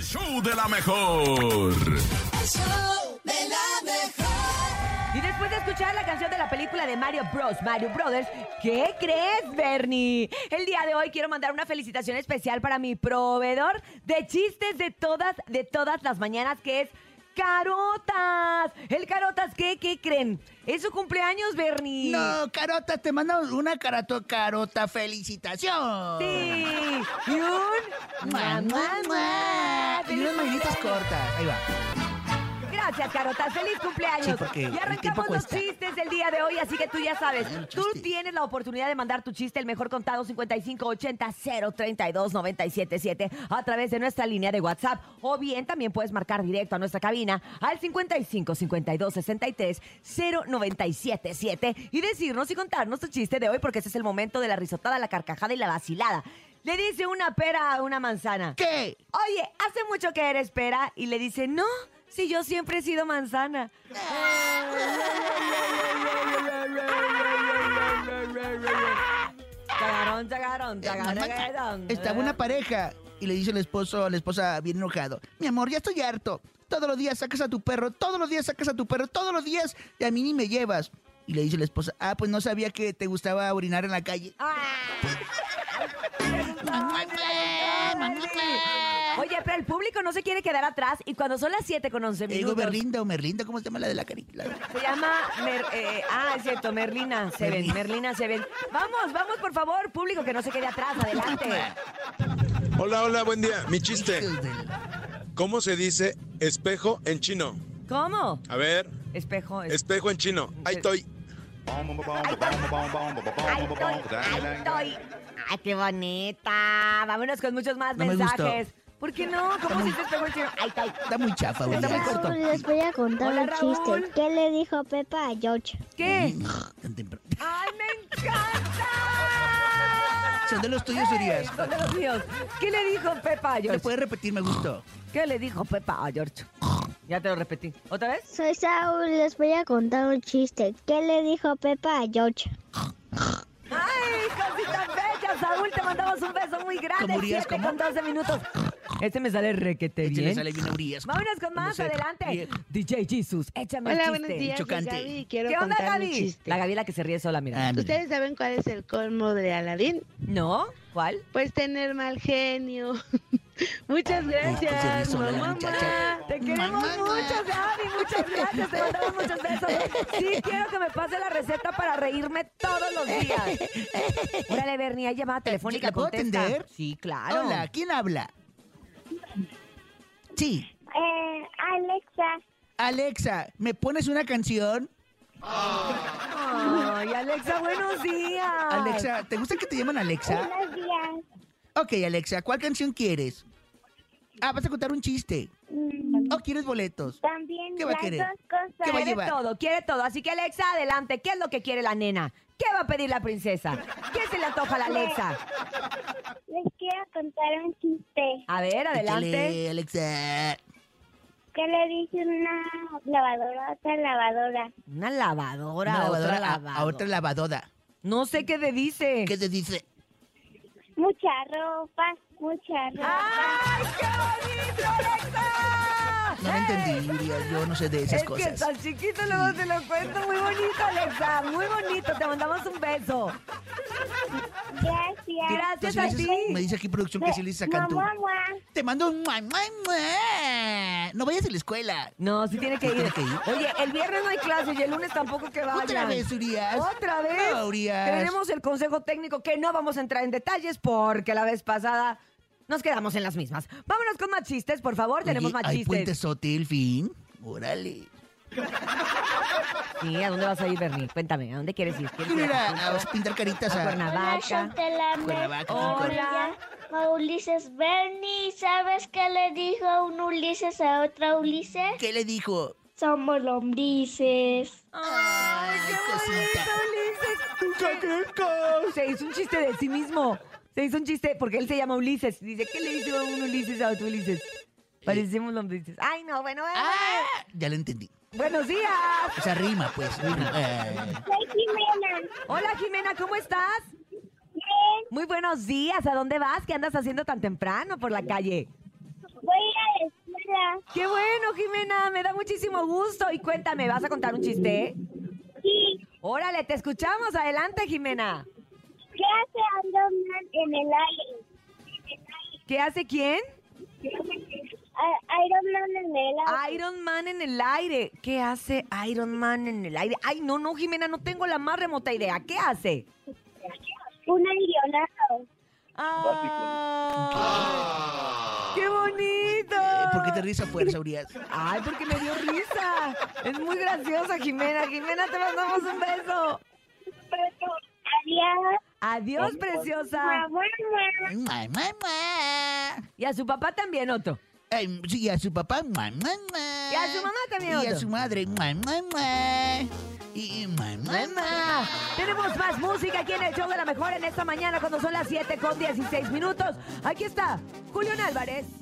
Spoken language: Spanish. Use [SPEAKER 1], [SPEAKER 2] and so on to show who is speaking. [SPEAKER 1] show de la mejor.
[SPEAKER 2] Y después de escuchar la canción de la película de Mario Bros, Mario Brothers, ¿qué crees, Bernie? El día de hoy quiero mandar una felicitación especial para mi proveedor de chistes de todas, de todas las mañanas, que es Carotas. El Carotas, ¿qué, qué creen? Es su cumpleaños, Bernie.
[SPEAKER 3] No, Carota, te mandamos una carato, Carota, felicitación.
[SPEAKER 2] Sí. Y un...
[SPEAKER 3] Mua, mua, mua. Y unas manitas cortas. Ahí va.
[SPEAKER 2] Gracias, Carotas. Feliz cumpleaños.
[SPEAKER 3] Sí, porque
[SPEAKER 2] y
[SPEAKER 3] el
[SPEAKER 2] arrancamos
[SPEAKER 3] tiempo
[SPEAKER 2] los
[SPEAKER 3] cuesta.
[SPEAKER 2] chistes del día de hoy, así que tú ya sabes.
[SPEAKER 3] Ay, un
[SPEAKER 2] Tú
[SPEAKER 3] chiste.
[SPEAKER 2] tienes la oportunidad de mandar tu chiste, el mejor contado 5580-032-977 a través de nuestra línea de WhatsApp. O bien también puedes marcar directo a nuestra cabina al 55-52-63-0977 y decirnos y contarnos tu chiste de hoy, porque ese es el momento de la risotada, la carcajada y la vacilada. Le dice una pera a una manzana.
[SPEAKER 3] ¿Qué?
[SPEAKER 2] Oye, hace mucho que eres pera. Y le dice, no, si yo siempre he sido manzana. Chagarón, chagarón, chagarón.
[SPEAKER 3] Eh, Estaba una pareja y le dice el esposo a la esposa bien enojado. Mi amor, ya estoy harto. Todos los días sacas a tu perro, todos los días sacas a tu perro, todos los días y a mí ni me llevas. Y le dice la esposa, ah, pues no sabía que te gustaba orinar en la calle.
[SPEAKER 2] Ah. Oye, pero el público no se quiere quedar atrás y cuando son las 7 con 11
[SPEAKER 3] Le Eh, digo,
[SPEAKER 2] minutos...
[SPEAKER 3] Berlinda o Merlinda, ¿cómo se llama la de la carita?
[SPEAKER 2] Se llama... Mer- eh, ah, es cierto, Merlina Seven, Merlina Seven. Vamos, vamos, por favor, público, que no se quede atrás, adelante.
[SPEAKER 4] Hola, hola, buen día. Mi chiste. ¿Cómo se dice espejo en chino?
[SPEAKER 2] ¿Cómo?
[SPEAKER 4] A ver,
[SPEAKER 2] Espejo, espejo.
[SPEAKER 4] espejo en chino. Ahí estoy.
[SPEAKER 2] Ahí estoy, ahí estoy. Ay, qué bonita. Vámonos con muchos más
[SPEAKER 3] No me
[SPEAKER 2] mensajes. ¿Por qué no? ¿Cómo se te espejo el chino? Ahí estoy.
[SPEAKER 3] Está muy chafa, güey.
[SPEAKER 2] Está muy
[SPEAKER 3] ya,
[SPEAKER 2] corto.
[SPEAKER 3] corta.
[SPEAKER 5] Les voy a contar
[SPEAKER 2] Hola,
[SPEAKER 5] un
[SPEAKER 2] Raúl.
[SPEAKER 5] chiste. ¿Qué le dijo Pepa a George?
[SPEAKER 2] ¿Qué?
[SPEAKER 3] Tan temprano.
[SPEAKER 2] ¡Ay, me encanta!
[SPEAKER 3] Son de los tuyos, Urias.
[SPEAKER 2] Son de los míos. Oh, ¿Qué le dijo Pepa a
[SPEAKER 3] ¿Lo
[SPEAKER 2] George?
[SPEAKER 3] puedes repetir? Me gustó.
[SPEAKER 2] ¿Qué le dijo Pepa a George? Ya te lo repetí. ¿Otra vez?
[SPEAKER 5] Soy Saúl, les voy a contar un chiste. ¿Qué le dijo Pepa a George?
[SPEAKER 2] ¡Ay, cosita bella! Saúl, te mandamos un beso muy grande.
[SPEAKER 3] ¿Cómo Urias,
[SPEAKER 2] Siete
[SPEAKER 3] cómo?
[SPEAKER 2] con 12 minutos. Este me sale requete
[SPEAKER 3] Échale,
[SPEAKER 2] bien.
[SPEAKER 3] sale bien a Urias.
[SPEAKER 2] Vámonos con más,
[SPEAKER 3] No sé,
[SPEAKER 2] adelante.
[SPEAKER 3] bien.
[SPEAKER 2] DJ Jesus, échame el
[SPEAKER 6] Hola,
[SPEAKER 2] chiste.
[SPEAKER 6] buenos días. soy
[SPEAKER 3] chocante.
[SPEAKER 6] Gaby, quiero
[SPEAKER 2] ¿Qué onda,
[SPEAKER 6] contar mi
[SPEAKER 2] Gaby?
[SPEAKER 6] chiste.
[SPEAKER 2] La Gaby la que se ríe sola, mira.
[SPEAKER 3] Ah, mira.
[SPEAKER 6] ¿Ustedes saben cuál es el colmo de Aladín?
[SPEAKER 2] ¿No? ¿Cuál?
[SPEAKER 6] Pues tener mal genio. Muchas
[SPEAKER 3] se ríe
[SPEAKER 6] gracias,
[SPEAKER 3] sola la
[SPEAKER 6] mamá. Ah.
[SPEAKER 3] muchacha.
[SPEAKER 2] Te queremos
[SPEAKER 3] Mamá.
[SPEAKER 2] mucho, Gaby. Muchas gracias. Te mandamos muchos besos. Sí, quiero que me pase la receta para reírme todos los días. Órale, Bernie, hay llamada telefónica.
[SPEAKER 3] Eh, ¿La puedo
[SPEAKER 2] contesta.
[SPEAKER 3] atender?
[SPEAKER 2] Sí, claro.
[SPEAKER 3] Hola, ¿quién habla? Sí,
[SPEAKER 5] Eh, Alexa,
[SPEAKER 3] Alexa, ¿me pones una canción?
[SPEAKER 2] Ay, Alexa, buenos días.
[SPEAKER 3] Alexa, ¿te gusta que te llaman Alexa?
[SPEAKER 5] días.
[SPEAKER 3] Ok, Alexa, ¿cuál canción quieres? Ah, vas a contar un chiste. ¿O quieres boletos?
[SPEAKER 5] Mm, También
[SPEAKER 3] ¿Qué va a las querer? dos ¿Qué va a
[SPEAKER 2] Quiere
[SPEAKER 3] llevar?
[SPEAKER 2] todo, quiere todo. Así que, Alexa, adelante. ¿Qué es lo que quiere la nena? ¿Qué va a pedir la princesa? ¿Qué se le antoja a la Alexa?
[SPEAKER 5] Les quiero contar un chiste.
[SPEAKER 2] A ver, adelante.
[SPEAKER 3] Échale, Alexa.
[SPEAKER 5] ¿Qué le dice una lavadora a otra lavadora?
[SPEAKER 2] Una lavadora,
[SPEAKER 3] Una
[SPEAKER 2] otra
[SPEAKER 3] lavadora ah, a-
[SPEAKER 2] lavadora.
[SPEAKER 3] a otra lavadoda.
[SPEAKER 2] No sé qué le dice.
[SPEAKER 3] ¿Qué te dice?
[SPEAKER 5] Mucha ropa, mucha
[SPEAKER 2] Ah. ¡Ay, qué bonito, Alexa! Eh,
[SPEAKER 3] No la entendí, Urias, yo no sé de esas
[SPEAKER 2] Es que
[SPEAKER 3] cosas.
[SPEAKER 2] tan chiquito luego te lo cuento. Muy bonito, Alexa. Muy bonito. Te mandamos un beso.
[SPEAKER 5] Gracias.
[SPEAKER 2] Gracias
[SPEAKER 3] Entonces
[SPEAKER 2] a
[SPEAKER 3] pues, me dices- Me
[SPEAKER 2] ti.
[SPEAKER 3] dice aquí producción que sí le sacan tú. Te mando un... mua, mua, mua. No vayas a la escuela.
[SPEAKER 2] No, sí tiene que
[SPEAKER 3] ¿Sí
[SPEAKER 2] ir.
[SPEAKER 3] tiene que ir?
[SPEAKER 2] Oye, el viernes no hay clases y el lunes tampoco que vaya.
[SPEAKER 3] Otra vez, Urias.
[SPEAKER 2] ¿Otra vez?
[SPEAKER 3] No, Urias.
[SPEAKER 2] Tenemos el consejo técnico que no vamos a entrar en detalles porque la vez pasada nos quedamos en las mismas. Vámonos con más chistes, por favor. Tenemos
[SPEAKER 3] Oye,
[SPEAKER 2] más
[SPEAKER 3] ¿Hay puente
[SPEAKER 2] chistes.
[SPEAKER 3] sote el fin? Órale.
[SPEAKER 2] Sí, ¿a dónde vas a ir, Bernie? Cuéntame, ¿a dónde quieres ir? ¿Quieres
[SPEAKER 3] Quiero
[SPEAKER 2] ir
[SPEAKER 3] ir a,
[SPEAKER 2] Acapulco?
[SPEAKER 3] a- vas a pintar caritas
[SPEAKER 2] A
[SPEAKER 3] a...
[SPEAKER 2] Cuernavaca.
[SPEAKER 3] Cuernavaca,
[SPEAKER 2] Hola.
[SPEAKER 5] Ulises Bernie, ¿sabes qué le dijo un Ulises a otro Ulises?
[SPEAKER 3] ¿Qué le dijo?
[SPEAKER 5] Somos lombrices.
[SPEAKER 2] Ay, qué
[SPEAKER 3] cosita.
[SPEAKER 2] bonito, Ulises. Se hizo un chiste de sí mismo. Se hizo un chiste porque él se llama Ulises. Dice, ¿qué le hizo un Ulises a otro Ulises? Parecemos lombrices. Ay, no, bueno, bueno.
[SPEAKER 3] Ah, ya lo entendí.
[SPEAKER 2] Buenos días.
[SPEAKER 3] O sea, rima, pues, rima. Eh,
[SPEAKER 5] Soy Jimena.
[SPEAKER 2] Hola, Jimena, ¿cómo estás? Muy buenos días. ¿A dónde vas? ¿Qué andas haciendo tan temprano por la calle?
[SPEAKER 5] Voy a Jimena.
[SPEAKER 2] Qué bueno, Jimena, me da muchísimo gusto. Y cuéntame, ¿vas a contar un chiste?
[SPEAKER 5] Sí,
[SPEAKER 2] Órale, te escuchamos. Adelante, Jimena.
[SPEAKER 5] ¿qué hace Iron Man en el aire?
[SPEAKER 2] ¿Qué hace quién?
[SPEAKER 5] A- Iron Man en el aire.
[SPEAKER 2] Iron Man en el aire. ¿Qué hace Iron Man en el aire? Ay, no, no, Jimena, no tengo la más remota idea. ¿Qué hace?
[SPEAKER 5] Un aeronazo.
[SPEAKER 2] ¡Ay! ¡Qué bonito!
[SPEAKER 3] Eh, ¿Por qué te ríes a fuerza, Urias?
[SPEAKER 2] Ay, porque me dio risa. Es muy graciosa, Jimena. Jimena, te mandamos un beso.
[SPEAKER 5] Adiós.
[SPEAKER 2] Adiós, preciosa.
[SPEAKER 5] Mamá, mamá.
[SPEAKER 3] Mua, mua, mua.
[SPEAKER 2] Y a su papá también, Otto.
[SPEAKER 3] Ay, sí, y a su papá. mua, mua, mua.
[SPEAKER 2] Y a su mamá también,
[SPEAKER 3] Y a
[SPEAKER 2] Otto.
[SPEAKER 3] su madre. mua, mua, mua. Y, y mua, mua, mua.
[SPEAKER 2] Mamá. Tenemos más música aquí en el show de la mejor en esta mañana cuando son las 7 con 16 minutos. Aquí está Julián Álvarez.